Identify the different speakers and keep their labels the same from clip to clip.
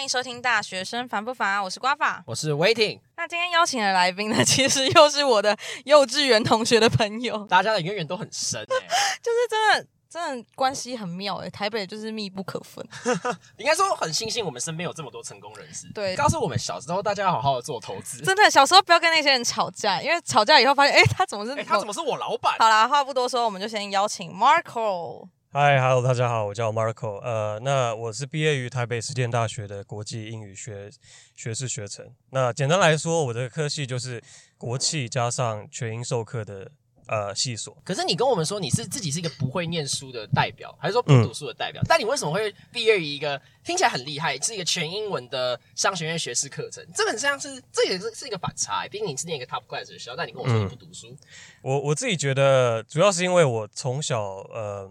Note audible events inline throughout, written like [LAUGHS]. Speaker 1: 迎收听《大学生烦不烦》，我是瓜法。
Speaker 2: 我是 Waiting，
Speaker 1: 那今天邀请的来宾呢，其实又是我的幼稚园同学的朋友，
Speaker 2: 大家的渊源都很深、欸，
Speaker 1: 就是真的真的关系很妙诶、台北就是密不可分。
Speaker 2: 应该说很庆幸我们身边有这么多成功人士，
Speaker 1: 对
Speaker 2: 告诉我们小时候大家要好好的做投资。
Speaker 1: [LAUGHS] 真的，小时候不要跟那些人吵架，因为吵架以后发现，哎、他怎么是、
Speaker 2: 哎、他怎么是我老板？
Speaker 1: [LAUGHS] 好啦，话不多说，我们就先邀请 Marco。
Speaker 3: 嗨，Hello，大家好，我叫 Marco，呃，那我是毕业于台北实践大学的国际英语学学士学程。那简单来说，我的科系就是国际加上全英授课的呃系所。
Speaker 2: 可是你跟我们说你是自己是一个不会念书的代表，还是说不读书的代表？但你为什么会毕业于一个听起来很厉害，是一个全英文的商学院学士课程？这个很像是这也是是一个反差、欸，毕竟你是念一个 top class 的学校，但你跟我说你不读书，？
Speaker 3: 我我自己觉得，主要是因为我从小呃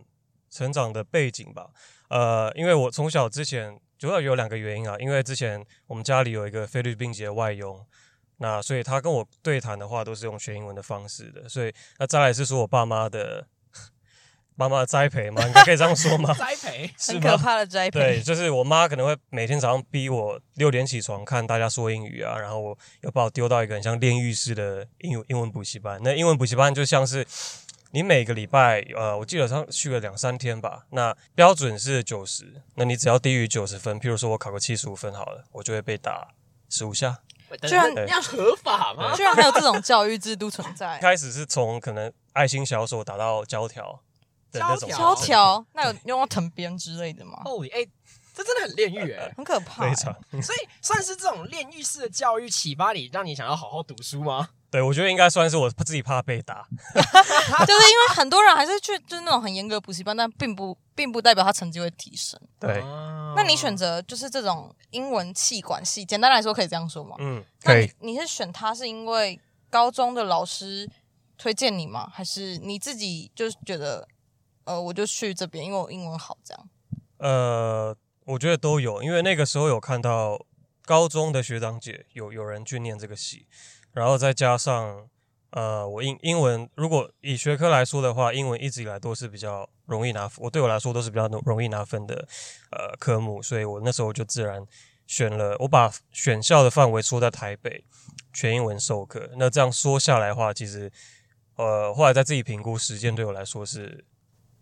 Speaker 3: 成长的背景吧，呃，因为我从小之前主要有两个原因啊，因为之前我们家里有一个菲律宾籍的外佣，那所以他跟我对谈的话都是用学英文的方式的，所以那再来是说我爸妈的 [LAUGHS] 爸妈的栽培嘛，应该可以这样说吗
Speaker 2: [LAUGHS] 栽
Speaker 1: [LAUGHS]
Speaker 2: 培。
Speaker 3: 是
Speaker 1: 很
Speaker 3: 吗
Speaker 1: 可？怕的栽
Speaker 3: [LAUGHS] 对，
Speaker 1: 培，
Speaker 3: 就是我妈可能会每天早上逼我六点起床看大家说英语啊，然后我又把我丢到一个很像炼狱式的英语英文补习班。那英文补习班就像是你每个礼拜，呃，我记得上去了两三天吧。那标准是九十，那你只要低于九十分，譬如说我考个七十五分好了，我就会被打十五下。
Speaker 1: 居然
Speaker 2: 要合法吗？
Speaker 1: 居然还有这种教育制度存在。
Speaker 3: 开始是从可能爱心小手打到胶条的那种
Speaker 1: 敲
Speaker 2: 胶
Speaker 3: 程
Speaker 1: 桥，那有用到藤鞭之类的吗？
Speaker 2: 哦，哎，这真的很炼狱哎、
Speaker 1: 很可怕、
Speaker 3: 非
Speaker 1: 欸，
Speaker 3: 常。
Speaker 2: [LAUGHS] 所以算是这种炼狱式的教育启发你，让你想要好好读书吗？
Speaker 3: 对，我觉得应该算是我自己怕被打。
Speaker 1: 就是因为很多人还是去就是那种很严格的补习班，但并不并不代表他成绩会提升。
Speaker 3: 对，
Speaker 2: 啊
Speaker 1: 那你
Speaker 3: 哦
Speaker 1: 选择就是这种英文气管系，简单来说可以这样说吗？
Speaker 3: 嗯，
Speaker 1: 那
Speaker 3: 可
Speaker 1: 你
Speaker 3: 以。
Speaker 1: 你是选它是因为高中的老师推荐你吗？还是你自己就是觉得呃，我就去这边，因为我英文好这样？
Speaker 3: 呃，我觉得都有，因为那个时候有看到高中的学长姐有有人去念这个系，然后再加上呃，我英英文如果以学科来说的话，英文一直以来都是比较容易拿，我对我来说都是比较容易拿分的呃科目，所以我那时候就自然选了，我把选校的范围缩在台北，全英文授课。那这样说下来的话，其实呃后来在自己评估实践对我来说是。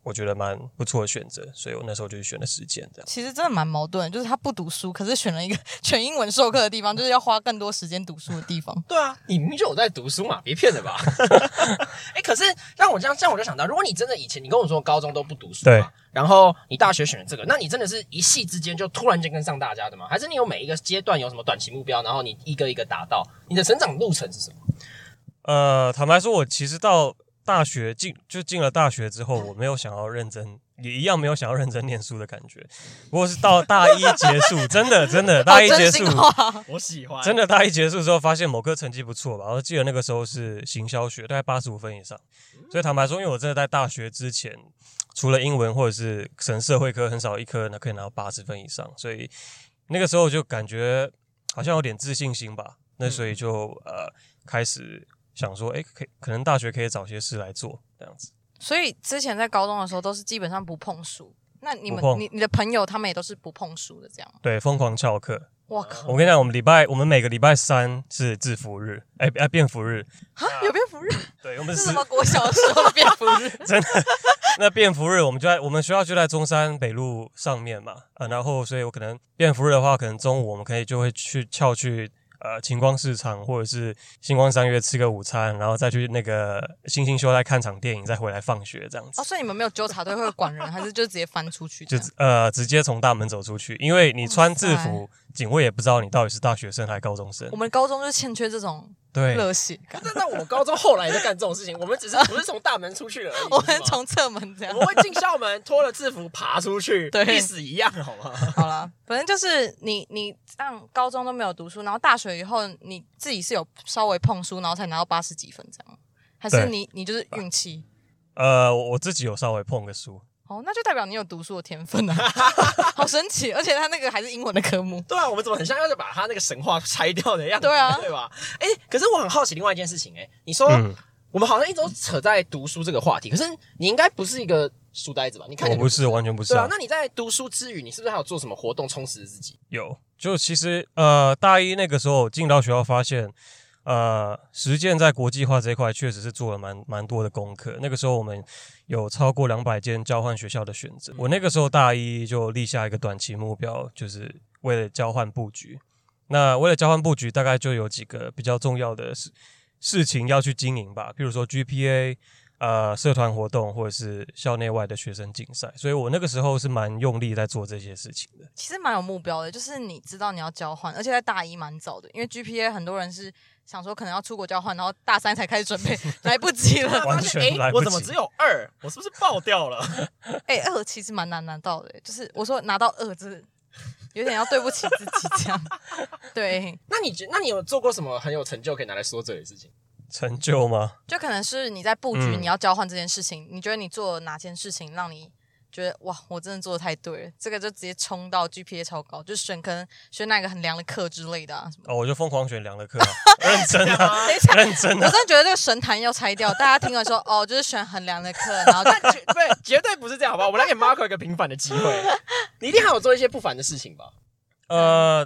Speaker 3: 我觉得蛮不错的选择，所以我那时候就去选了实践，这样。
Speaker 1: 其实真的蛮矛盾的，就是他不读书，可是选了一个 [LAUGHS] 全英文授课的地方，就是要花更多时间读书的地
Speaker 3: [LAUGHS]
Speaker 1: 方。
Speaker 2: 对啊，你明明就有在读书嘛，别骗了 [LAUGHS] 吧。哎、可是让我这样，这样我就想到，如果你真的以前你跟我说高中都不读书
Speaker 3: 对
Speaker 2: 嘛，然后你大学选了这个，那你真的是一夕之间就突然间跟上大家的吗？还是你有每一个阶段有什么短期目标，然后你一个一个达到？你的成长路程是什么？
Speaker 3: 呃，坦白说，我其实到大学进就进了大学之后，我没有想要认真，也一样没有想要认真念书的感觉。不过是到大一结束，真的真的大一
Speaker 1: 哦
Speaker 3: 结
Speaker 1: 真
Speaker 3: 束
Speaker 1: 心，话，
Speaker 2: 我喜欢
Speaker 3: 真的大一结束之后，发现某科成绩不错吧？我记得那个时候是行销学，大概八十五分以上。所以坦白说，因为我真的在大学之前，除了英文或者是可能社会科，很少一科呢可以拿到八十分以上，所以那个时候就感觉好像有点自信心吧。那所以就呃开始想说，诶，可以可能大学可以找些事来做这样子。
Speaker 1: 所以之前在高中的时候都是基本上不碰书。那你们
Speaker 3: 不碰
Speaker 1: 你你的朋友他们也都是不碰书的这样吗？
Speaker 3: 对，疯狂翘课。
Speaker 1: 我靠，
Speaker 3: 我跟你讲，我们礼拜我们每个礼拜三是制服日，哎、哎、便服日。
Speaker 1: 啊有蝙蝠日
Speaker 3: 对，我们
Speaker 1: 是
Speaker 3: 是
Speaker 1: 什 [LAUGHS] 么国小的时候的蝙蝠日？
Speaker 3: [LAUGHS] 真的。那便服日我们就在我们学校就在中山北路上面嘛，啊，然后所以我可能便服日的话，可能中午我们可以就会去翘去呃晴光市场或者是星光三月吃个午餐，然后再去那个星星秀来看场电影，再回来放学这样子
Speaker 1: 哦，。所以你们没有纠察队会管人，还是就直接翻出去这
Speaker 3: 就
Speaker 1: 样？
Speaker 3: 呃直接从大门走出去，因为你穿制
Speaker 1: 哇
Speaker 3: 服，警卫也不知道你到底是大学生还是高中生
Speaker 1: 我。们高中就欠缺这种
Speaker 3: 对，
Speaker 1: 热血感，
Speaker 2: 那那我高中后来也在干这种事情，我们只是不是从大门出去
Speaker 1: [LAUGHS]
Speaker 2: 了而已，
Speaker 1: 我
Speaker 2: 是
Speaker 1: 们
Speaker 2: 吗
Speaker 1: 从侧门这样
Speaker 2: 我。们会进校门，脱了制服爬出去，
Speaker 1: [LAUGHS] 对
Speaker 2: 意思一样，好吗？ [LAUGHS]
Speaker 1: 好啦，反正就是你你上高中都没有读书，然后大学以后你自己是有稍微碰书，然后才拿到八十几分这样，还是
Speaker 3: 对
Speaker 1: 你你就是运气？
Speaker 3: 呃，我我自己有稍微碰个书，
Speaker 1: 哦，那就代表你有读书的天分啊， [LAUGHS] 好神奇！而且他那个还是英文的科目，
Speaker 2: 对啊，我们怎么很像要是把他那个神话拆掉的样子？
Speaker 1: 对啊
Speaker 2: 对吧？哎、可是我很好奇另外一件事情、哎，你说、
Speaker 3: 嗯
Speaker 2: 我们好像一直都扯在读书这个话题，可是你应该不是一个书呆子吧？你看
Speaker 3: 我
Speaker 2: 你
Speaker 3: 不是，完全不是
Speaker 2: 对
Speaker 3: 啊
Speaker 2: 啊。那你在读书之余，你是不是还有做什么活动充实自己？
Speaker 3: 有，就其实呃，大一那个时候进到学校，发现呃，实践在国际化这一块确实是做了蛮蛮多的功课。那个时候我们有超过两百间交换学校的选择。我那个时候大一就立下一个短期目标，就是为了交换布局。那为了交换布局，大概就有几个比较重要的事事情要去经营吧，譬如说 GPA。呃，社团活动或者是校内外的学生竞赛，所以我那个时候是蛮用力在做这些事情的。
Speaker 1: 其实蛮有目标的，就是你知道你要交换，而且在大一蛮早的，因为 GPA 很多人是想说可能要出国交换，然后大三才开始准 [LAUGHS] 备，来不及
Speaker 2: [LAUGHS]
Speaker 1: 了。
Speaker 3: 完全
Speaker 2: 哎
Speaker 3: [LAUGHS] 来不
Speaker 2: 我
Speaker 3: 及
Speaker 2: 怎么只有二？我是不是爆掉了？ [LAUGHS]
Speaker 1: 哎、二其实蛮难拿到的，就是我说拿到二，就是有点要对不起自己这 [LAUGHS] 样。对，
Speaker 2: 那你觉，那你有做过什么很有成就可以拿来说嘴的事情？
Speaker 3: 成就吗？
Speaker 1: 就可能是你在布局
Speaker 3: 嗯
Speaker 1: 你要交换这件事情，你觉得你做了哪件事情让你觉得哇，我真的做的太对了，这个就直接冲到 GPA 超高，就选可能选哪个很凉的课之类的啊什么。
Speaker 3: 哦，我就疯狂选凉
Speaker 2: [LAUGHS]
Speaker 3: 的课啊、认真啊，
Speaker 1: 等一下，
Speaker 3: [LAUGHS] 认真
Speaker 1: 我
Speaker 3: 啊。
Speaker 1: 真的觉得这个神坛要拆掉，大家听了说哦，就是选很凉的课，然后就
Speaker 2: 绝对绝对不是这样，好不好？我们来给 Marco 一个平凡的机会。 [LAUGHS] 你一定还有做一些不凡的事情吧？
Speaker 3: 呃，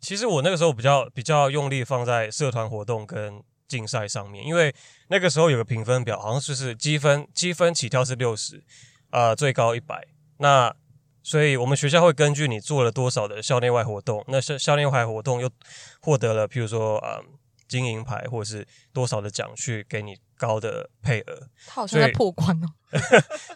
Speaker 3: 其实我那个时候比较比较用力放在社团活动跟竞赛上面，因为那个时候有个评分表，好像就是积分积分起跳是六十，呃，最高一百。那所以我们学校会根据你做了多少的校内外活动，那校校内外活动又获得了，譬如说呃金银牌或者是多少的奖，去给你高的配额。
Speaker 1: 他好像在破关哦。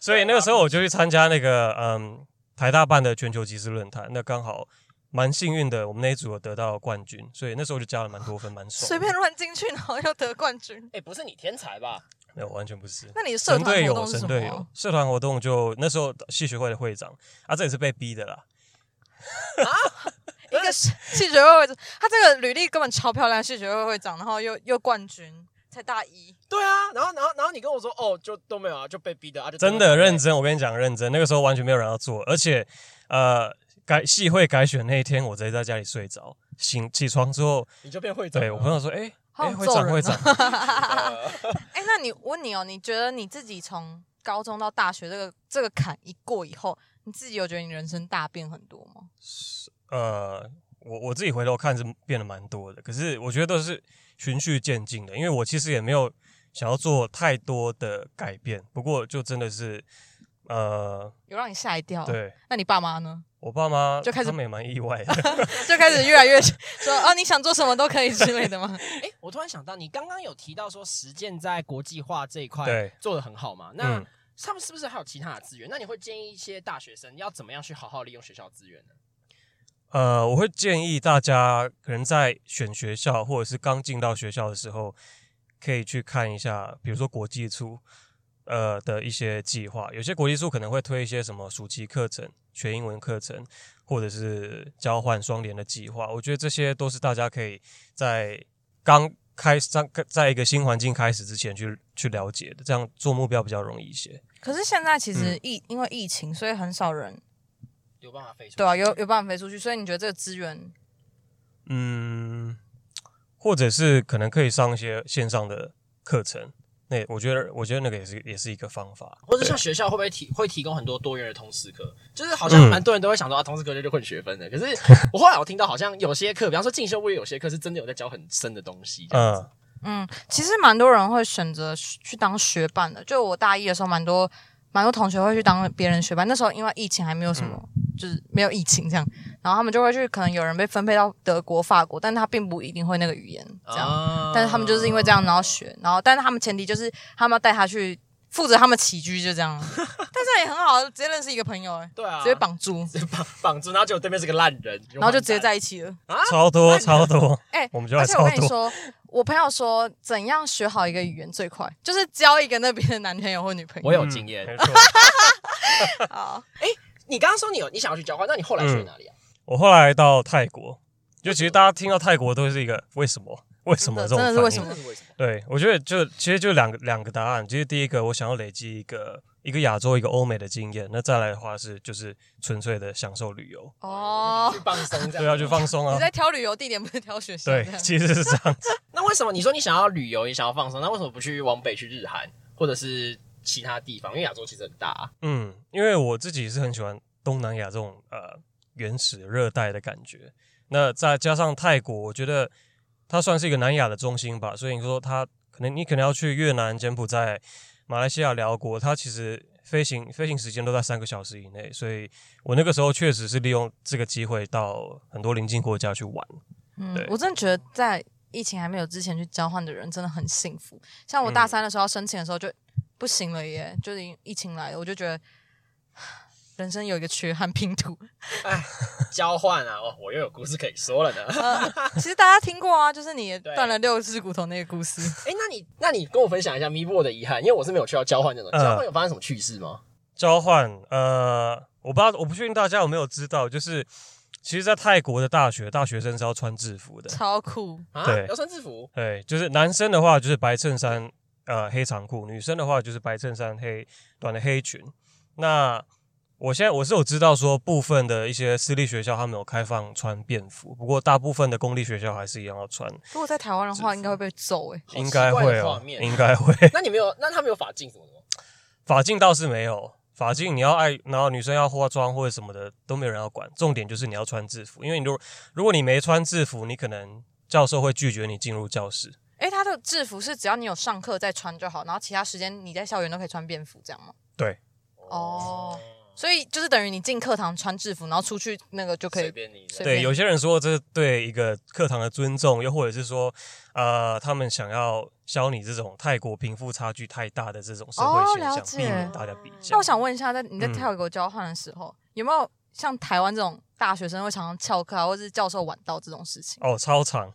Speaker 3: 所以那个时候我就去参加那个嗯台大办的全球集思论坛，那刚好蛮幸运的，我们那一组有得到冠军，所以那时候就加了蛮多分，蛮爽的。
Speaker 1: 随便乱进去，然后又得冠军。
Speaker 2: 哎、不是你天才吧？
Speaker 3: 没有，完全不是。
Speaker 1: 那你的社
Speaker 3: 神队
Speaker 1: 团活
Speaker 3: 友，
Speaker 1: 动是
Speaker 3: 神
Speaker 1: 什
Speaker 3: 队友
Speaker 1: 么？，
Speaker 3: 社团活动就那时候系学会的会长啊，这也是被逼的啦。
Speaker 1: 一个是系学会会长，他这个履历根本超漂亮，系学会会长，然后又又冠军，才大一。
Speaker 2: 对啊，然后然后然后你跟我说哦，就都没有啊，就被逼的啊，就
Speaker 3: 真的认
Speaker 2: 真。
Speaker 3: 真，我跟你讲认真，那个时候完全没有人要做，而且呃改系会改选那一天，我直接在家里睡着，醒起床之后，
Speaker 2: 你就变会长了。
Speaker 3: 对
Speaker 2: [LAUGHS]
Speaker 3: 我朋友说，哎、
Speaker 1: 哦好
Speaker 3: 哎、
Speaker 1: 想
Speaker 3: 会
Speaker 1: 揍
Speaker 3: 长
Speaker 1: 人
Speaker 3: 会
Speaker 1: 哦
Speaker 3: 长，
Speaker 2: 呃
Speaker 1: 哎、那你问你哦，你觉得你自己从高中到大学这个这个坎一过以后，你自己有觉得你人生大变很多吗？
Speaker 3: 呃，我我自己回头看是变得蛮多的，可是我觉得都是循序渐进的，因为我其实也没有想要做太多的改变，不过就真的是，呃，
Speaker 1: 有让你吓一跳？。
Speaker 3: 对
Speaker 1: 那你爸妈呢？
Speaker 3: 我爸妈
Speaker 1: 就开始
Speaker 3: 他们也蛮意外
Speaker 1: [LAUGHS]
Speaker 3: 的，
Speaker 1: 就开始越来越 [LAUGHS] 说哦，你想做什么都可以之类的吗？ [LAUGHS]
Speaker 2: 哎、我突然想到，你刚刚有提到说实践在国际化这一块
Speaker 3: 对
Speaker 2: 做的很好嘛？那、
Speaker 3: 嗯，
Speaker 2: 他们是不是还有其他的资源？那你会建议一些大学生要怎么样去好好利用学校资源呢？
Speaker 3: 呃，我会建议大家可能在选学校或者是刚进到学校的时候，可以去看一下，比如说国际处。呃的一些计划，有些国际处可能会推一些什么暑期课程、学英文课程，或者是交换双联的计划，我觉得这些都是大家可以在刚开始在在一个新环境开始之前去去了解的，这样做目标比较容易一些。
Speaker 1: 可是现在其实疫、因为疫情，所以很少人
Speaker 2: 有办法飞出去？
Speaker 1: 对啊，有有办法飞出去，所以你觉得这个资源
Speaker 3: 嗯，或者是可能可以上一些线上的课程，那我觉得我觉得那个也是也是一个方法。
Speaker 2: 或者像学校会不会提会提供很多多元的通识课？就是好
Speaker 3: 嗯
Speaker 2: 像蛮多人都会想到啊，通识课就是混学分的。可
Speaker 3: [LAUGHS]
Speaker 2: 是我后来我听到好像有些课，比方说进修部也有些课是真的有在教很深的东西。嗯，
Speaker 3: 嗯
Speaker 1: 嗯，其实蛮多人会选择去去当学伴的。就我大一的时候，蛮多蛮多同学会去当别人学伴。那时候因为疫情还没有什么，
Speaker 2: 嗯
Speaker 1: 就是没有疫情这样，然后他们就会去，可能有人被分配到德国、法国，但他并不一定会那个语言
Speaker 3: 嗯
Speaker 1: 这样。
Speaker 2: 啊
Speaker 1: 但是他们就是因为这样，然后学，然后但是他们前提就是他们要带他去负责他们起居，就这样。但是也很好，直接认识一个朋友、欸，
Speaker 2: [LAUGHS] 对啊，
Speaker 1: 直接绑住，
Speaker 2: 直接绑 [LAUGHS] 绑住，然后结果对面是个烂人，
Speaker 1: 然后就直接
Speaker 2: 完蛋
Speaker 1: 在一起了。
Speaker 3: 超多超
Speaker 2: [LAUGHS]
Speaker 3: 多，
Speaker 1: 哎、
Speaker 3: 我们就要
Speaker 1: 而且我
Speaker 3: 超
Speaker 1: 跟你
Speaker 3: 多。
Speaker 1: 说，我朋友说，怎样学好一个语言最快，就是交一个那边的男朋友或女朋
Speaker 2: 我
Speaker 1: 友。
Speaker 2: 有经验。
Speaker 3: 嗯没错，
Speaker 1: 啊，
Speaker 2: 你刚刚说你有你想要去交换，那你后来去哪里啊？
Speaker 3: 我后来到泰国，就其实大家听到泰国都是一个为什么为什么这种
Speaker 1: 真的真的是
Speaker 3: 反
Speaker 1: 为什
Speaker 2: 真
Speaker 3: 应
Speaker 1: 么
Speaker 2: 的是为什么？
Speaker 3: 对，我觉得就其实就两个两个答案。其实第一个，我想要累积一个一个亚洲一个欧美的经验，那再来的话是就是纯粹的享受旅游，
Speaker 1: 哦
Speaker 2: 去，放松这样。
Speaker 3: 对啊，就。放松啊
Speaker 1: 你。在挑旅游地点，不是挑学校？
Speaker 3: 对
Speaker 1: 这，样
Speaker 3: 其实是这样子。
Speaker 2: 那为什么你说你想要旅游也想要放松？那为什么不去往北去日韩，或者是其他地方，因为亚洲其实很大、啊。
Speaker 3: 嗯，因为我自己是很喜欢东南亚这种呃原始热带的感觉。那再加上泰国，我觉得它算是一个南亚的中心吧，所以你说它可能你可能要去越南、柬埔寨、马来西亚、辽国，它其实飞行飞行时间都在三个小时以内，所以我那个时候确实是利用这个机会到很多邻近国家去玩。
Speaker 1: 嗯
Speaker 3: 对，
Speaker 1: 我真的觉得在疫情还没有之前去交换的人真的很幸福。像我大三的时候要申请的时候就不行了耶，就是疫情来了，我就觉得人生有一个缺憾拼图。
Speaker 2: 哎交换啊，哦，我又有故事可以说
Speaker 1: [LAUGHS]
Speaker 2: 了呢。啊
Speaker 1: 呃，其实大家听过啊，就是你
Speaker 2: 对
Speaker 1: 断了六只骨头那个故事。
Speaker 2: 哎、那你那你跟我分享一下 m i b o 的遗憾，因为我是没有去到交换那种。
Speaker 3: 嗯
Speaker 2: 交换有发生什么趣事吗？
Speaker 3: 交换，呃，我不知道，我不确定大家有没有知道，就是其实，在泰国的大学，大学生是要穿制服的。
Speaker 1: 超酷，
Speaker 2: 啊，
Speaker 3: 对
Speaker 2: 要穿制服，
Speaker 3: 对，就是男生的话就是白衬衫，呃，黑长裤；女生的话就是白衬衫黑短的黑裙。那我现在我是有知道说，部分的一些私立学校他们有开放穿便服，不过大部分的公立学校还是一样要穿，
Speaker 1: 如果在台湾的话，应该会被揍哎、
Speaker 2: 好
Speaker 3: 应
Speaker 2: 奇
Speaker 3: 该
Speaker 2: 怪的
Speaker 3: 会
Speaker 2: 画
Speaker 3: 哦，
Speaker 2: 面
Speaker 3: 应该会。
Speaker 2: 那你没有？那他没有法镜什么的吗？
Speaker 3: 法镜倒是没有，法镜你要爱，然后女生要化妆或者什么的都没有人要管。重点就是你要穿制服，因为你如果如果你没穿制服，你可能教授会拒绝你进入教室。
Speaker 1: 诶，他的制服是只要你有上课再穿就好，然后其他时间你在校园都可以穿便服，这样吗？
Speaker 3: 对，
Speaker 1: 哦，所以就是等于你进课堂穿制服，然后出去那个就可
Speaker 2: 随
Speaker 1: 以。
Speaker 2: 便你的。
Speaker 1: 随
Speaker 3: 对，
Speaker 1: 便
Speaker 3: 有些人说这是对一个课堂的尊重，又或者是说，呃，他们想要消你这种泰国贫富差距太大的这种社会
Speaker 1: 哦
Speaker 3: 现象，
Speaker 1: 了解
Speaker 3: 避免大家比较。
Speaker 1: 那我想问一下，在你在
Speaker 3: 嗯
Speaker 1: 泰国交换的时候，有没有像台湾这种大学生会常常翘课啊，或是教授晚到这种事情？ [LAUGHS]
Speaker 3: 哦，超长。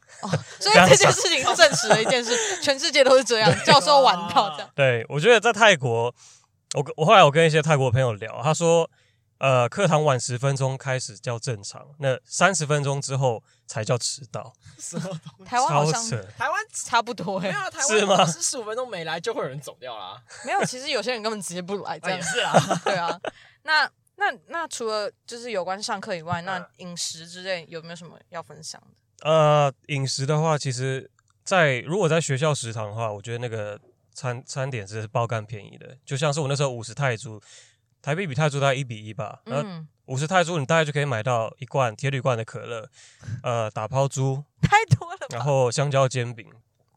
Speaker 1: 所以这件事情是证实了一件事，全世界都是这
Speaker 3: [LAUGHS]
Speaker 1: 样，
Speaker 3: 啊
Speaker 1: 教授晚到这样。
Speaker 3: 对，我觉得在泰国，我跟我后来我跟一些泰国朋友聊，他说，呃，课堂晚十分钟开始叫正常，那三十分钟之后才叫迟到，
Speaker 2: 什么东西
Speaker 1: 台湾好
Speaker 3: 超
Speaker 1: 像
Speaker 3: 扯。
Speaker 2: 台湾
Speaker 1: 差不多哎、
Speaker 2: 没有啊，台
Speaker 3: 是吗
Speaker 2: 湾是十五分钟没来就会有人走掉 [LAUGHS] 啦。
Speaker 1: [LAUGHS] 没有，其实有些人根本直接不来这
Speaker 2: 啊
Speaker 1: 样
Speaker 2: 也。是啊，
Speaker 1: 对
Speaker 3: [LAUGHS]
Speaker 1: 啊，那那那除了就是有关上课以外，那
Speaker 2: 嗯
Speaker 1: 饮食之类有没有什么要分享的？
Speaker 3: 呃，饮食的话，其实在如果在学校食堂的话，我觉得那个餐餐点是爆干便宜的，就像是我那时候五十泰铢，台币比泰铢大概一比一吧，那
Speaker 1: 嗯，
Speaker 3: 五十泰铢你大概就可以买到一罐铁铝罐的可乐，呃，打抛猪，
Speaker 1: 太多了吧？
Speaker 3: 然后香蕉煎饼，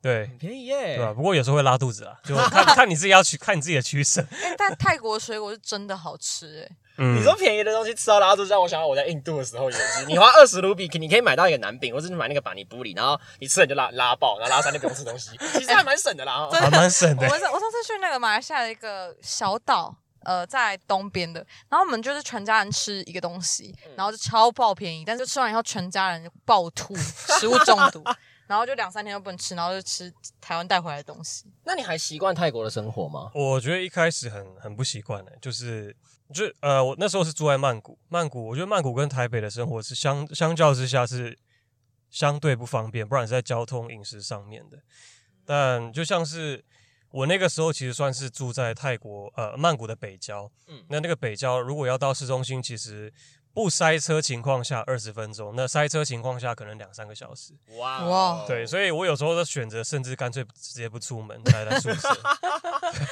Speaker 3: 对，
Speaker 1: 嗯
Speaker 2: 很便宜
Speaker 3: 对吧？
Speaker 2: 耶。
Speaker 3: 不过有时候会拉肚子啊，就看看你自己要取，看你自己的取舍。
Speaker 1: 哎但泰国水果是真的好吃哎、
Speaker 3: [LAUGHS] 嗯
Speaker 2: 你说便宜的东西吃到拉肚子，让我想到我在印度的时候也是，你花二十卢比，你可以买到一个南饼，或者你买那个板尼布里，然后你吃了你就拉拉爆，然后拉三天不用吃东 [LAUGHS] 西，其实还蛮省的啦。哦
Speaker 3: 还蛮省
Speaker 1: 我
Speaker 3: 的
Speaker 1: 们，上我上次去那个马来西亚的一个小岛，呃，在东边的，然后我们就是全家人吃一个东西，
Speaker 3: 嗯
Speaker 1: 然后就超爆便宜，但是吃完以后全家人就暴吐，食物中
Speaker 3: [LAUGHS]
Speaker 1: 毒，然后就两三天都不能吃，然后就吃台湾带回来的东西。
Speaker 2: [LAUGHS] 那你还习惯泰国的生活吗？
Speaker 3: 我觉得一开始很很不习惯的，就是就呃，我那时候是住在曼谷，曼谷我觉得曼谷跟台北的生活是相相较之下是相对不方便，不然是在交通、饮食上面的。但就像是我那个时候其实算是住在泰国呃曼谷的北郊，
Speaker 2: 嗯
Speaker 3: 那那个北郊如果要到市中心，其实不塞车情况下二十分钟，那塞车情况下可能两三个小时。
Speaker 2: 哇哦
Speaker 1: 哇
Speaker 3: 对，所以我有时候都选择，甚至干脆直接不出门，待在宿舍。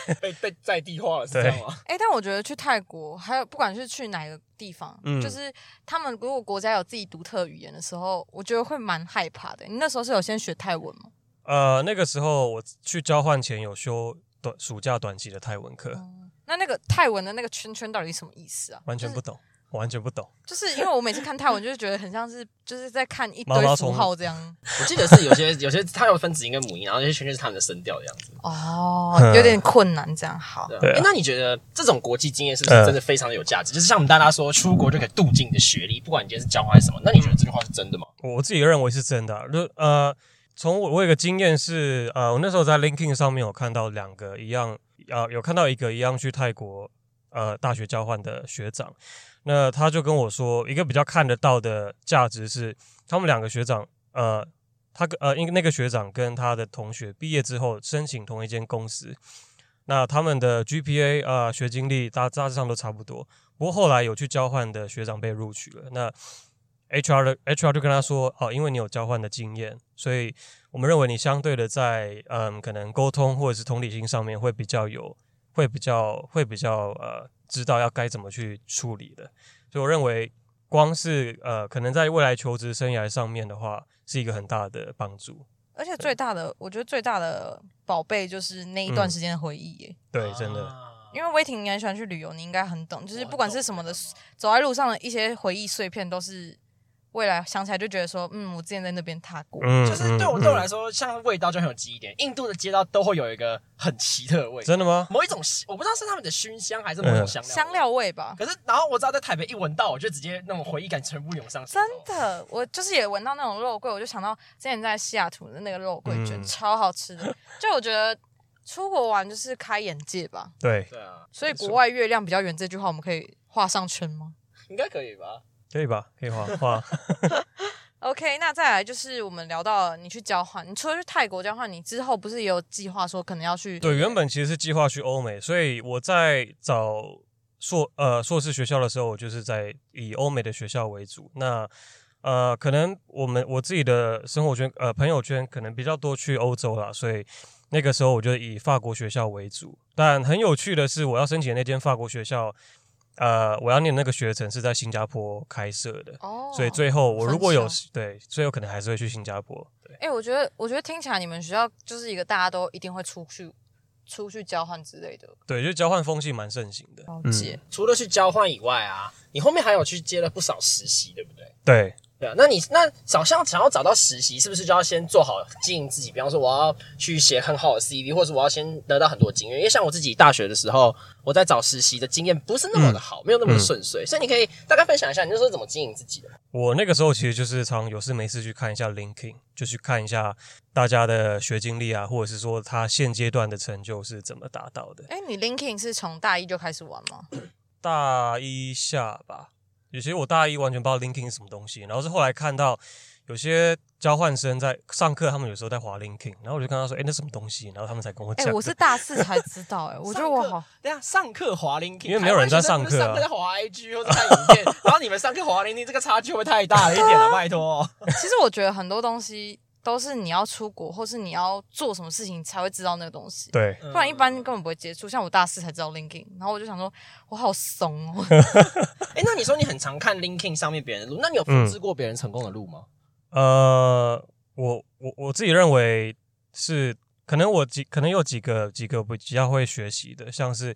Speaker 2: 以被被在地化了，是这样吗？
Speaker 1: 哎、但我觉得去泰国，还有不管是去哪个地方，
Speaker 3: 嗯
Speaker 1: 就是他们如果国家有自己独特语言的时候，我觉得会蛮害怕的。你那时候是有先学泰文吗？
Speaker 3: 呃，那个时候我去交换前有修短暑假短期的泰文课，
Speaker 1: 那那个泰文的那个圈圈到底是什么意思啊？
Speaker 3: 完全不懂，完全不懂。
Speaker 1: 就是因为我每次看泰文，就是觉得很像是就是在看一
Speaker 3: 毛毛
Speaker 1: 堆符
Speaker 3: 虫
Speaker 1: 号这样。
Speaker 2: 我记得是有些有些它有分子音跟母音，然后有些圈圈是他们的声调的样子。
Speaker 1: 哦
Speaker 3: 嗯，
Speaker 1: 有点困难这样。好，
Speaker 2: 对啊
Speaker 3: 对啊嗯
Speaker 2: 诶那你觉得这种国际经验是不是真的非常的有价值？就是像我们大家说，出国就可以镀金你的学历，不管你今天是交换还是什么。那你觉得这句话是真的吗？
Speaker 3: 我自己认为是真的啊、就呃，从我我有个经验是，呃，我那时候在 LinkedIn 上面有看到两个一样，呃，有看到一个一样去泰国呃大学交换的学长，那他就跟我说，一个比较看得到的价值是，他们两个学长，呃，他跟呃，因那个学长跟他的同学毕业之后申请同一间公司，那他们的 GPA 啊、呃学经历大大致上都差不多，不过后来有去交换的学长被录取了，那 HR 的 HR 就跟他说，哦，因为你有交换的经验，所以我们认为你相对的在嗯，可能沟通或者是同理心上面会比较有会比较会比较呃知道要该怎么去处理的。所以我认为，光是呃可能在未来求职生涯上面的话，是一个很大的帮助。
Speaker 1: 而且最大的，我觉得最大的宝贝就是那一段时间的回忆耶。
Speaker 3: 对，真的，
Speaker 2: 啊
Speaker 1: 因为威霆你很喜欢去旅游，你应该很懂，就是
Speaker 2: 我
Speaker 1: 不管是
Speaker 2: 懂
Speaker 1: 什么的，
Speaker 2: 我懂
Speaker 1: 走在路上的一些回忆碎片，都是未来想起来就觉得说，嗯，我之前在那边踏过。
Speaker 3: 嗯
Speaker 2: 就是对我
Speaker 3: 嗯
Speaker 2: 对我
Speaker 3: 嗯
Speaker 2: 来说，像味道就很有记忆点。印度的街道都会有一个很奇特的味道，
Speaker 3: 真的吗？
Speaker 2: 某一种香我不知道是他们的熏香还是某种
Speaker 3: 嗯
Speaker 2: 香料。
Speaker 1: 香。料味吧，
Speaker 2: 可是，然后我知道在台北一闻到，我就直接那种回忆感全部涌上心
Speaker 1: 真
Speaker 2: 头。
Speaker 1: 的，我就是也闻到那种肉桂，我就想到之前在西雅图的那个肉桂卷、
Speaker 3: 嗯
Speaker 1: 超好吃的。就我觉得出国玩就是开眼界吧，
Speaker 3: 对，
Speaker 2: 对啊，
Speaker 1: 所以
Speaker 2: 没错
Speaker 1: 国外月亮比较圆这句话，我们可以画上圈吗
Speaker 2: 应该可以吧？
Speaker 3: 可以吧？可以画画。
Speaker 1: ？OK，那再来就是我们聊到你去交换，你除了去泰国交换，你之后不是也有计划说可能要去？
Speaker 3: 对，原本其实是计划去欧美，所以我在找硕呃硕士学校的时候，我就是在以欧美的学校为主。那呃，可能我们我自己的生活圈呃朋友圈可能比较多去欧洲啦，所以那个时候我就以法国学校为主。但很有趣的是，我要申请的那间法国学校，呃，我要念的那个学程是在新加坡开设的，
Speaker 1: 哦，
Speaker 3: 所以最后我如果有
Speaker 1: 分
Speaker 3: 对，最后可能还是会去新加坡。对，
Speaker 1: 哎、我觉得我觉得听起来你们学校就是一个大家都一定会出去出去交换之类的。
Speaker 3: 对，就交换风气蛮盛行的。
Speaker 1: 了
Speaker 3: 嗯
Speaker 1: 解，
Speaker 2: 除了去交换以外啊，你后面还有去接了不少实习，对不对？
Speaker 3: 对，
Speaker 2: 对啊，那你那找像想要找到实习，是不是就要先做好经营自己？比方说，我要去写很好的 CV，或者我要先得到很多经验。因为像我自己大学的时候，我在找实习的经验不是那么
Speaker 3: 嗯
Speaker 2: 的好，没有那么顺遂。所以你可以大概分享一下，你那时候怎么经营自己的？
Speaker 3: 我那个时候其实就是常有事没事去看一下 LinkedIn，就去看一下大家的学经历啊，或者是说他现阶段的成就是怎么达到的。
Speaker 1: 哎、你 LinkedIn 是从大一就开始玩吗？
Speaker 3: 大一下吧，有些我大一完全不知道 LinkedIn 是什么东西，然后是后来看到有些交换生在上课，他们有时候在滑 LinkedIn，然后我就跟他说：“哎、那什么东西？”然后他们才跟我
Speaker 1: 哎、
Speaker 3: 讲的。
Speaker 1: 我是大四才知道、哎，我觉得我好。
Speaker 2: 对啊，上课滑 LinkedIn，
Speaker 3: 因为没有人在上
Speaker 2: 上
Speaker 3: 课啊
Speaker 2: 课在滑 IG 或者看影片， [LAUGHS] 然后你们上课滑 LinkedIn，这个差距会不会太大了一点了，拜
Speaker 1: [LAUGHS]
Speaker 2: 托。哦
Speaker 1: 其实我觉得很多东西都是你要出国，或是你要做什么事情才会知道那个东西，
Speaker 3: 对，
Speaker 1: 不然一般根本不会接触。像我大四才知道 LinkedIn，然后我就想说，我好怂哦。
Speaker 2: 哎、那你说你很常看 LinkedIn 上面别人的路，那你有复
Speaker 3: 嗯
Speaker 2: 制过别人成功的路吗？
Speaker 3: 呃，我我我自己认为是，可能我几可能有几个几个比较会学习的，像是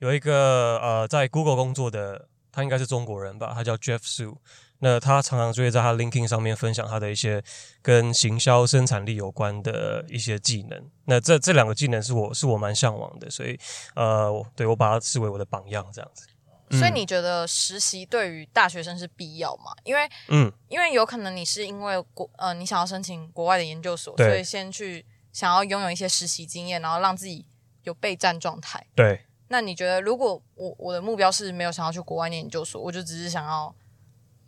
Speaker 3: 有一个呃在 Google 工作的，他应该是中国人吧，他叫 Jeff Su。那他常常就会在他 LinkedIn 上面分享他的一些跟行销、生产力有关的一些技能。那这这两个技能是我是我蛮向往的，所以呃，我对我把它视为我的榜样这样子。
Speaker 1: [LAUGHS] 所以你觉得实习对于大学生是必要吗？因为
Speaker 3: 嗯，
Speaker 1: 因为有可能你是因为国呃你想要申请国外的研究所，
Speaker 3: 对
Speaker 1: 所以先去想要拥有一些实习经验，然后让自己有备战状态。
Speaker 3: 对，
Speaker 1: 那你觉得，如果我我的目标是没有想要去国外念研究所，我就只是想要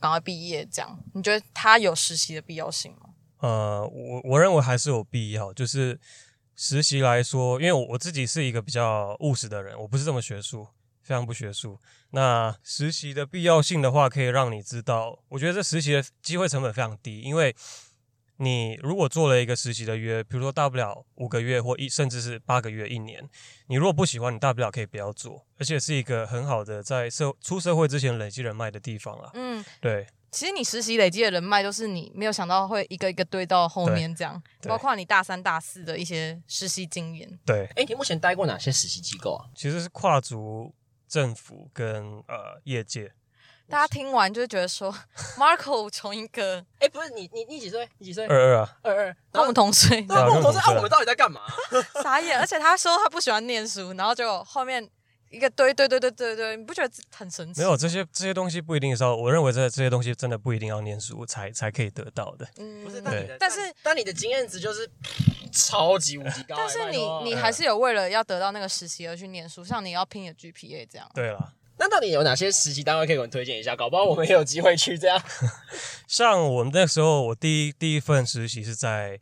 Speaker 1: 赶快毕业这样，你觉得他有实习的必要性吗？
Speaker 3: 呃，我我认为还是有必要，就是实习来说，因为我我自己是一个比较务实的人，我不是这么学术，非常不学术。那实习的必要性的话，可以让你知道，我觉得这实习的机会成本非常低，因为你如果做了一个实习的约，比如说大不了五个月或一甚至是八个月、一年，你如果不喜欢，你大不了可以不要做，而且是一个很好的在社出社会之前累积人脉的地方啊。
Speaker 1: 嗯，
Speaker 3: 对，
Speaker 1: 其实你实习累积的人脉，都是你没有想到会一个一个堆到后面这样，
Speaker 3: 对
Speaker 1: 包括你大三大四的一些实习经验。
Speaker 3: 对。
Speaker 2: 哎、你目前待过哪些实习机构啊？
Speaker 3: 其实是跨足政府跟呃业界。
Speaker 1: 大家听完就会觉得说 [LAUGHS] ，Marco 从一个
Speaker 2: 哎、不是你，你你几岁？你几岁？
Speaker 3: 二二啊，
Speaker 2: 二二。
Speaker 1: 跟我们同岁
Speaker 2: 对啊，跟我们同事
Speaker 3: 对啊
Speaker 2: 啊，我们到底在干嘛？
Speaker 1: 傻眼，而且他说他不喜欢念书，然后就后面一个堆堆堆堆堆堆，你不觉得很神奇？
Speaker 3: 没有这些这些东西不一定是要，我认为这这些东西真的不一定要念书才才可以得到的。
Speaker 1: 嗯，
Speaker 2: 不是，但
Speaker 3: 对
Speaker 2: 你的
Speaker 1: 但是
Speaker 2: 但你的经验值就是超级无敌高。
Speaker 1: 但是
Speaker 2: 拜
Speaker 1: 你
Speaker 2: 托
Speaker 1: 你还是有为了要得到那个实习而去念书，像你要拼你的 GPA 这样。
Speaker 3: 对啦，
Speaker 2: 那到底有哪些实习单位可以给我们推荐一下？搞不好我们也有机会去这样。
Speaker 3: 像我们那时候，我第一第一份实习是在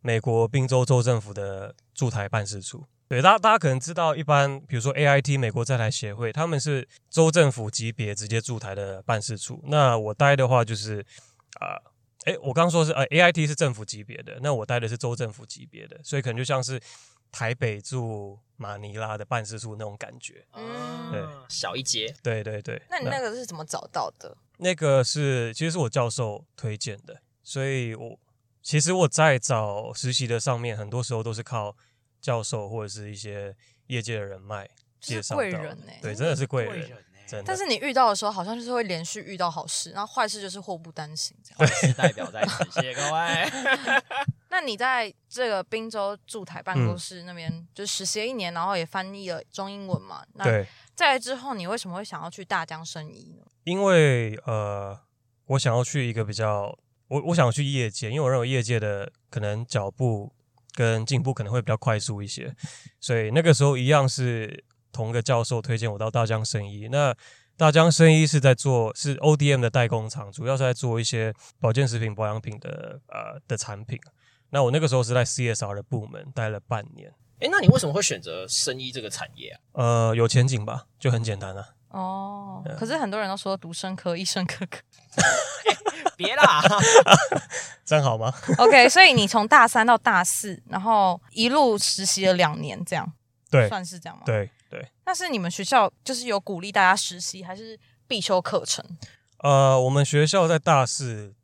Speaker 3: 美国宾州州政府的驻台办事处。对，大大家可能知道，一般比如说 AIT 美国在台协会，他们是州政府级别直接驻台的办事处。那我待的话就是啊，诶，我刚说是呃 AIT 是政府级别的，那我待的是州政府级别的，所以可能就像是台北驻马尼拉的办事处那种感觉。
Speaker 1: 嗯
Speaker 3: 对
Speaker 2: 啊小一节，
Speaker 3: 对对对，
Speaker 1: 那你那个是怎么找到的？
Speaker 3: 那个是其实是我教授推荐的，所以我其实我在找实习的上面，很多时候都是靠教授或者是一些业界的人脉介绍到的
Speaker 1: 就是贵人欸
Speaker 3: 对，真的是贵
Speaker 2: 贵
Speaker 3: 人
Speaker 2: 人，欸
Speaker 3: 真的。
Speaker 1: 但是你遇到的时候，好像就是会连续遇到好事，然后坏事就是祸不单行这样。
Speaker 2: 是代表在此，谢谢各位。
Speaker 1: 那你在这个滨州驻台办
Speaker 3: 嗯
Speaker 1: 公室那边、就实习了一年，然后也翻译了中英文嘛？那
Speaker 3: 对，
Speaker 1: 在之后，你为什么会想要去大江生医呢？
Speaker 3: 因为呃，我想要去一个比较，我我想要去业界，因为我认为业界的可能脚步跟进步可能会比较快速一些，所以那个时候一样是同个教授推荐我到大江生医。那大江生医是在做是 ODM 的代工厂，主要是在做一些保健食品、保养品的呃的产品。那我那个时候是在 CSR 的部门待了半年，
Speaker 2: 哎，那你为什么会选择生医这个产业啊？
Speaker 3: 呃，有前景吧，就很简单啊。 [LAUGHS]
Speaker 1: 哦，可是很多人都说读生科、医生科科。
Speaker 2: 别啦，
Speaker 3: 这样好吗？ [LAUGHS]
Speaker 1: OK，所以你从大三到大四，然后一路实习了两年，这样
Speaker 3: 对
Speaker 1: 算是这样吗？。
Speaker 3: 对对，
Speaker 1: 那是你们学校就是有鼓励大家实习，还是必修课程？
Speaker 3: 呃，我们学校在大四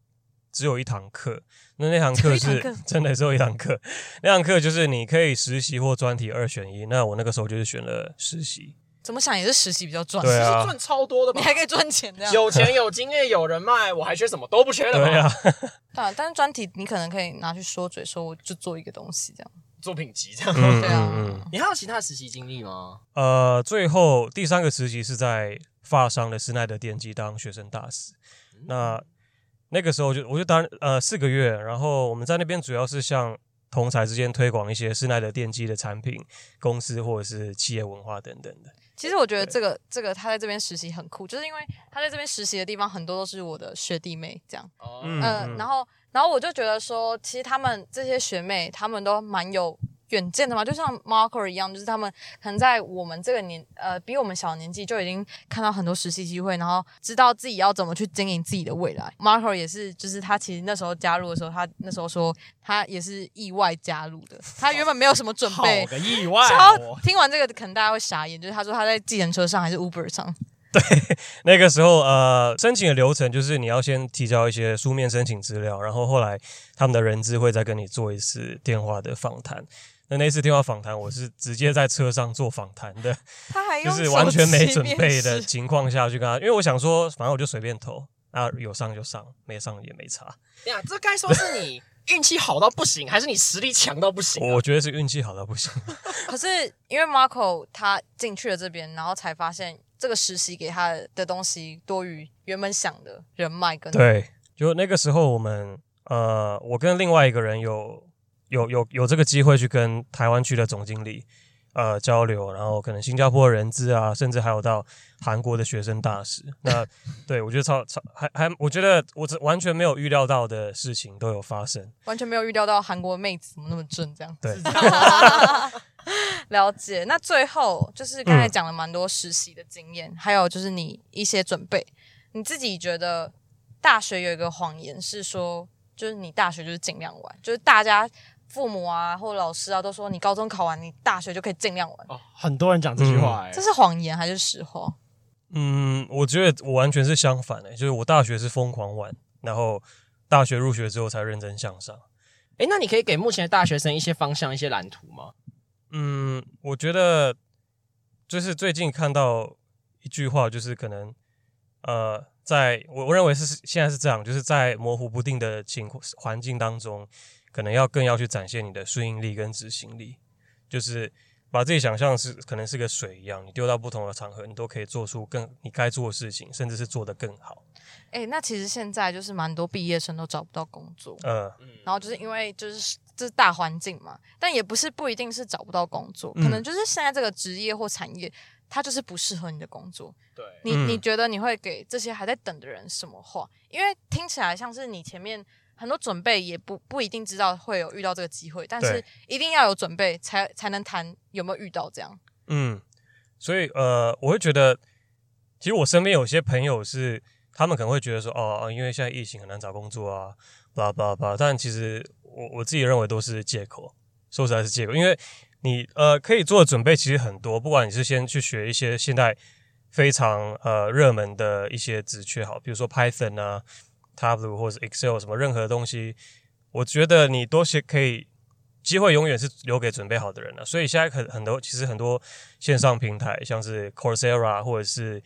Speaker 3: 只有一堂课，那那堂课
Speaker 1: 只有
Speaker 3: 是
Speaker 1: 一堂课
Speaker 3: [LAUGHS] 真的只有一堂课，那堂课就是你可以实习或专题二选一。那我那个时候就是选了实习，
Speaker 1: 怎么想也是实习比较赚，
Speaker 3: 对
Speaker 2: 其实
Speaker 3: 啊
Speaker 2: 赚超多的吧
Speaker 1: 你？还可以赚钱这样。
Speaker 2: [LAUGHS] 有钱有经验有人脉，我还缺什么都不缺了吧？
Speaker 3: 对啊，
Speaker 1: 对啊，但是专题你可能可以拿去说嘴，说我就做一个东西这样。
Speaker 2: 作品集这样。
Speaker 1: [LAUGHS]
Speaker 3: 嗯
Speaker 1: 对啊，
Speaker 3: 嗯嗯，
Speaker 2: 你还有其他实习经历吗？
Speaker 3: 呃，最后第三个实习是在发商的施耐德电机当学生大使，那那个时候就我就当呃四个月，然后我们在那边主要是向同才之间推广一些施耐德电机的产品、公司或者是企业文化等等的。
Speaker 1: 其实我觉得这个这个他在这边实习很酷，就是因为他在这边实习的地方很多都是我的学弟妹这样。
Speaker 2: 哦
Speaker 3: 嗯
Speaker 1: 呃，然后然后我就觉得说，其实他们这些学妹，他们都蛮有远见的嘛，就像 Marco 一样，就是他们可能在我们这个年呃比我们小的年纪就已经看到很多实习机会，然后知道自己要怎么去经营自己的未来。Marco 也是，就是他其实那时候加入的时候，他那时候说他也是意外加入的，他原本没有什么准
Speaker 2: 好
Speaker 1: 备。
Speaker 2: 个意外
Speaker 1: 超
Speaker 2: 哦！
Speaker 1: 听完这个，可能大家会傻眼，就是他说他在计程车上还是 Uber 上，
Speaker 3: 那个时候，呃，申请的流程就是你要先提交一些书面申请资料，然后后来他们的人资会再跟你做一次电话的访谈。那那次电话访谈，我是直接在车上做访谈的，
Speaker 1: 他还
Speaker 3: 就
Speaker 1: 用
Speaker 3: 是完全没
Speaker 1: 手
Speaker 3: 准
Speaker 1: 机
Speaker 3: 备
Speaker 1: 面
Speaker 3: 的
Speaker 1: 试
Speaker 3: 情况下去跟他，因为我想说，反正我就随便投，啊，有上就上，没上也没差。
Speaker 2: 呀，这该说是你运气好到不行，还是你实力强到不行啊、
Speaker 3: 我觉得是运气好到不行。
Speaker 1: 可是因为 Marco 他进去了这边，然后才发现这个实习给他的东西多于原本想的人脉 [LAUGHS] 跟，
Speaker 3: 对，就那个时候我们呃，我跟另外一个人有有有有这个机会去跟台湾区的总经理呃交流，然后可能新加坡人资啊，甚至还有到韩国的学生大使。
Speaker 1: [LAUGHS]
Speaker 3: 那对我觉得超超还还，我觉得我这完全没有预料到的事情都有发生。
Speaker 1: 完全没有预料到韩国妹子怎么那么正这样。
Speaker 3: 对，
Speaker 1: 了解。那最后就是刚才讲了蛮多实习的经验，还有就是你一些准备，你自己觉得大学有一个谎言是说，就是你大学就是尽量玩，就是大家父母啊或老师啊都说你高中考完，你大学就可以尽量玩，
Speaker 2: 哦，很多人讲这句话、哎、
Speaker 1: 这是谎言还是实
Speaker 3: 哎
Speaker 1: 话？
Speaker 3: 嗯，我觉得我完全是相反的、就是我大学是疯狂玩，然后大学入学之后才认真向上。
Speaker 2: 哎、那你可以给目前的大学生一些方向、一些蓝图吗？
Speaker 3: 嗯，我觉得就是最近看到一句话，就是可能呃，在我我认为是现在是这样，就是在模糊不定的情况环境当中，可能要更要去展现你的顺应力跟执行力，就是把自己想象是可能是个水一样，你丢到不同的场合，你都可以做出更你该做的事情，甚至是做得更好。
Speaker 1: 哎、那其实现在就是蛮多毕业生都找不到工作，
Speaker 3: 呃，
Speaker 2: 嗯
Speaker 1: 然后就是因为就是这、是大环境嘛，但也不是不一定是找不到工作，可
Speaker 3: 嗯
Speaker 1: 能就是现在这个职业或产业，它就是不适合你的工作。
Speaker 2: 对，
Speaker 1: 你
Speaker 3: 嗯
Speaker 1: 你觉得你会给这些还在等的人什么话？因为听起来像是你前面很多准备，也不不一定知道会有遇到这个机会，但是
Speaker 3: 对
Speaker 1: 一定要有准备才才能谈有没有遇到这样。
Speaker 3: 嗯，所以呃，我会觉得，其实我身边有些朋友是，他们可能会觉得说，哦，因为现在疫情很难找工作啊，巴拉巴拉巴拉。但其实我我自己认为都是借口，说实在是借口，因为你呃可以做的准备其实很多，不管你是先去学一些现在非常呃热门的一些职缺，好，比如说 Python 啊、Tableau 或者 Excel 什么任何东西，我觉得你都是可以。机会永远是留给准备好的人了、啊所以现在很很多其实很多线上平台，像是 Coursera 啊或者是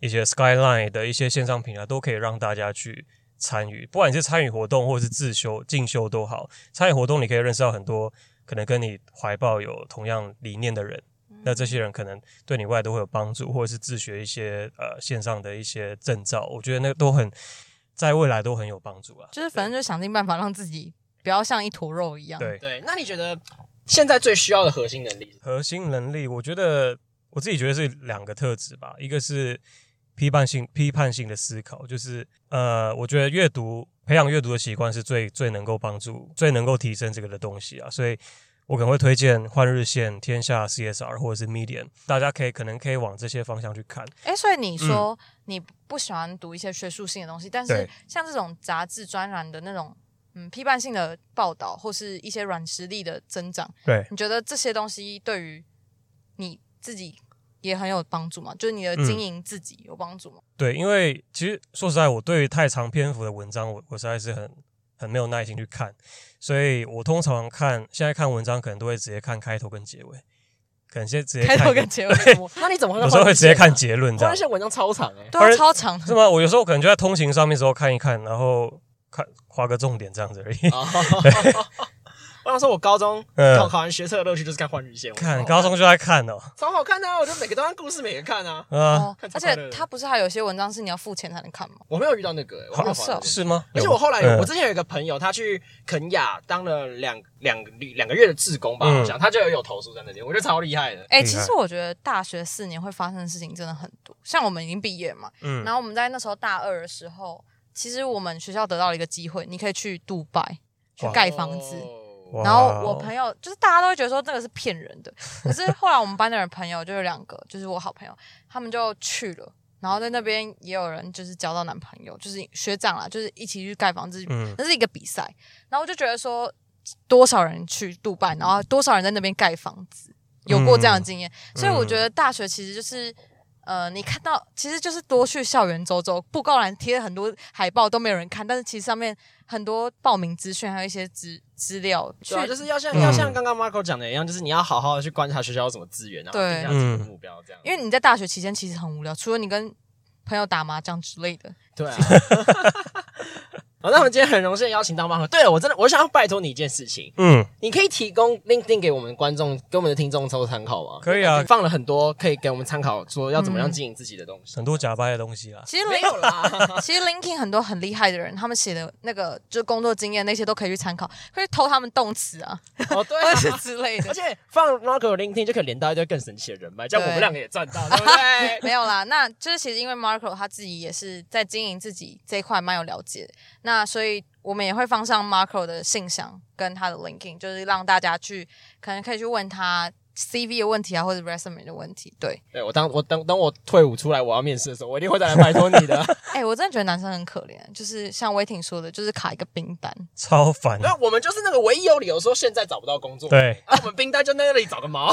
Speaker 3: 一些 Skyline 的一些线上平台，都可以让大家去参与，不管你是参与活动或者是自修进修都好，参与活动你可以认识到很多可能跟你怀抱有同样理念的人。
Speaker 1: 嗯
Speaker 3: 那这些人可能对你未来都会有帮助，或者是自学一些呃线上的一些证照，我觉得那都很在未来都很有帮助啊。
Speaker 1: 就是反正就想尽办法让自己不要像一坨肉一样。
Speaker 3: 对，
Speaker 2: 对，那你觉得现在最需要的核心能力是什么？
Speaker 3: 核心能力，我觉得我自己觉得是两个特质吧，一个是批判性批判性的思考，就是呃，我觉得阅读培养阅读的习惯是最最能够帮助、最能够提升这个的东西啊，所以。我可能会推荐《换日线》《天下》CSR 或者是 Medium，大家可以可能可以往这些方向去看。
Speaker 1: 哎，所以
Speaker 3: 嗯
Speaker 1: 你说你不喜欢读一些学术性的东西，但是
Speaker 3: 对
Speaker 1: 像这种杂志专栏的那种嗯批判性的报道，或是一些软实力的增长，
Speaker 3: 对，
Speaker 1: 你觉得这些东西对于你自己也很有帮助吗？就是你
Speaker 3: 嗯
Speaker 1: 的经营自己有帮助吗？
Speaker 3: 对，因为其实说实在，我对于太长篇幅的文章，我我实在是很很没有耐心去看，所以我通常看现在看文章，可能都会直接看开头跟结尾，可能先直接
Speaker 1: 开
Speaker 3: 看
Speaker 1: 头跟结尾
Speaker 3: [LAUGHS]
Speaker 1: 是
Speaker 2: [LAUGHS]
Speaker 1: 什么
Speaker 2: 那你怎么会
Speaker 3: 有
Speaker 2: 换
Speaker 3: 时候会直接看
Speaker 2: 日线啊？
Speaker 3: 结论这
Speaker 2: 换
Speaker 3: 样
Speaker 2: 日，线文章超长哎、
Speaker 1: 对啊，
Speaker 3: 而
Speaker 1: 超长
Speaker 3: 是
Speaker 1: 的。
Speaker 3: 吗？我有时候可能就在通勤上面的时候看一看，然后看划个重点这样子而已。
Speaker 2: [LAUGHS] 哦我想说，我高中
Speaker 3: 嗯
Speaker 2: 考考完学测的乐趣就是看换日线，
Speaker 3: [LAUGHS] 看
Speaker 2: 我
Speaker 3: 高中就在看哦，
Speaker 2: 超好看的、啊，我就每个都按故事每个看啊。
Speaker 3: 啊，
Speaker 1: 哦
Speaker 2: 看，超
Speaker 1: 而
Speaker 2: 快乐
Speaker 1: 且
Speaker 2: 的
Speaker 1: 它不是还有些文章是你要付钱才能看吗？
Speaker 2: 我没有遇到那个、欸，我没
Speaker 1: 好
Speaker 2: 有滑到那个
Speaker 3: 是吗？
Speaker 2: 而且我后来有，
Speaker 3: 嗯
Speaker 2: 我之前有一个朋友，他去肯雅当了两两两个月的志工吧，
Speaker 3: 嗯
Speaker 2: 好像他就有投诉在那边，我觉得超厉害的。
Speaker 1: 哎、
Speaker 3: 厉
Speaker 1: 其
Speaker 3: 害
Speaker 1: 实我觉得大学四年会发生的事情真的很多，像我们已经毕业嘛，
Speaker 3: 嗯
Speaker 1: 然后我们在那时候大二的时候，其实我们学校得到了一个机会，你可以去杜拜去
Speaker 3: 哇
Speaker 1: 盖房子。
Speaker 2: 哦
Speaker 3: 哇
Speaker 1: 然后我朋友就是大家都会觉得说这个是骗人
Speaker 3: [LAUGHS]
Speaker 1: 的，可是后来我们班的人朋友就有两个，就是我好朋友，他们就去了，然后在那边也有人就是交到男朋友，就是学长啦，就是一起去盖房子，
Speaker 3: 嗯
Speaker 1: 那是一个比赛，然后我就觉得说多少人去杜拜，然后多少人在那边盖房子，有过这样的经验，
Speaker 3: 嗯
Speaker 1: 所以我觉得大学其实就是。呃，你看到其实就是多去校园走走，布告栏贴了很多海报都没有人看，但是其实上面很多报名资讯，还有一些资资料，去
Speaker 2: 对啊，就是要像、
Speaker 3: 嗯
Speaker 2: 要像刚刚 Marco 讲的一样，就是你要好好的去观察学校有什么资源，然后
Speaker 1: 对
Speaker 2: 定下自己
Speaker 3: 嗯
Speaker 2: 的目标，这样。
Speaker 1: 因为你在大学期间其实很无聊，除了你跟朋友打麻将之类的。
Speaker 2: 对啊。好，那我们今天很荣幸地邀请到 Marco。对了，啊我真的我想要拜托你一件事情，
Speaker 3: 嗯，
Speaker 2: 你可以提供 LinkedIn 给我们观众、给我们的听众做参考吗？
Speaker 3: 可以啊
Speaker 2: 你放了很多可以给我们参考，说要怎么样经营自己的东西。
Speaker 3: 很多假掰的东西啦。
Speaker 1: 其实
Speaker 2: 没有啊
Speaker 1: Link
Speaker 2: 啦，
Speaker 1: 其实 LinkedIn 很多很厉害的人，他们写的那个就是工作经验那些都可以去参考，可以偷他们动词啊，
Speaker 2: 哦 [LAUGHS] 对
Speaker 1: 或
Speaker 2: 啊
Speaker 1: 者是之类
Speaker 2: 而
Speaker 1: 的。
Speaker 2: 且放 Marco 的 LinkedIn 就可以连到一堆更神奇的人脉，这样我们两个也赚到， [LAUGHS] 对不对？
Speaker 1: 没有啦，那就是其实因为 Marco 他自己也是在经营自己这一块蛮有了解的，那所以我们也会放上 Marco 的信箱跟他的 LinkedIn，就是让大家去可能可以去问他 CV 的问题啊，或者 resume 的问题。对，
Speaker 2: 对我当我等等我退伍出来，我要面试的时候，我一定会再来拜托你的。
Speaker 1: [LAUGHS] 哎、我真的觉得男生很可怜，就是像威婷说的，就是卡一个冰单。
Speaker 3: 超
Speaker 2: [LAUGHS]
Speaker 3: 烦。
Speaker 2: 那我们就是那个唯一有理由说现在找不到工作，，
Speaker 3: 对，
Speaker 2: 啊，我们冰单就在那里找个 [LAUGHS] 毛。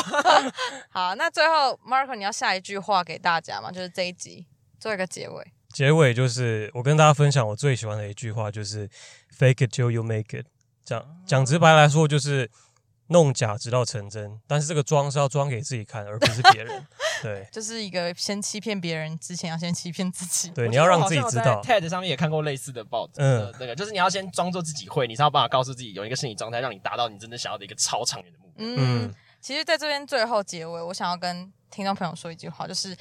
Speaker 1: 好，那最后 Marco，你要下一句话给大家嘛？就是这一集做一个结尾。
Speaker 3: 结尾就是我跟大家分享我最喜欢的一句话，就是 “fake it till you make it”。讲讲直白来说，就是弄假直到成真。但是这个装是要装给自己看，而不是别
Speaker 2: [LAUGHS]
Speaker 3: 人。对
Speaker 1: 就是一个先欺骗别人之前，要先欺骗自己。
Speaker 3: 对，你要让自己知
Speaker 2: 我好
Speaker 3: 道
Speaker 2: 像。有在 TED 上面也看过类似的报纸，
Speaker 3: 嗯
Speaker 2: 嗯，那个就是你要先装作自己会，你才有办法告诉自己有一个心理状态，让你达到你真正想要的一个超长远的目标。
Speaker 1: 嗯，
Speaker 3: 嗯，
Speaker 1: 其实在这边最后结尾，我想要跟听众朋友说一句话，就是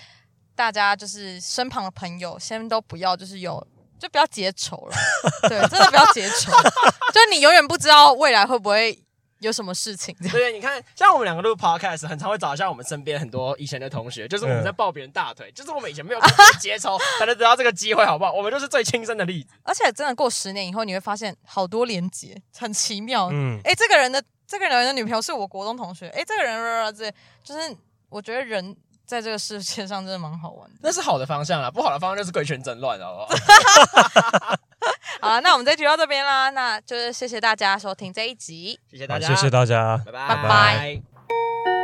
Speaker 1: 大家就是身旁的朋友，先都不要就是有。就不要结仇了，对，真的不要结仇， [LAUGHS] 就你永远不知道未来会不会有什么事情。这样
Speaker 2: [LAUGHS] 对，你看，像我们两个录 podcast，很常会找一下我们身边很多以前的同学，就是我们在抱别人大腿，就是我们以前没有跟别人接触，才能得到这个机会，好不好？我们就是最亲身的例子。
Speaker 1: 而且真的过十年以后，你会发现好多连结，很奇妙。
Speaker 3: 嗯，
Speaker 1: 哎、这个人的这个人的女朋友是我国中同学，哎、这个人这就是我觉得人在这个世界上真的蛮好玩的。
Speaker 2: 那是好的方向啊啦，不好的方向就是贵圈争乱，好不好？
Speaker 1: 好啦，那我们这集就到这边啦，那就是谢谢大家收听这一集。
Speaker 2: 谢谢大
Speaker 3: 好
Speaker 2: 家，
Speaker 3: 谢谢大家。
Speaker 2: 拜
Speaker 1: 拜拜
Speaker 2: 拜。
Speaker 1: 吧。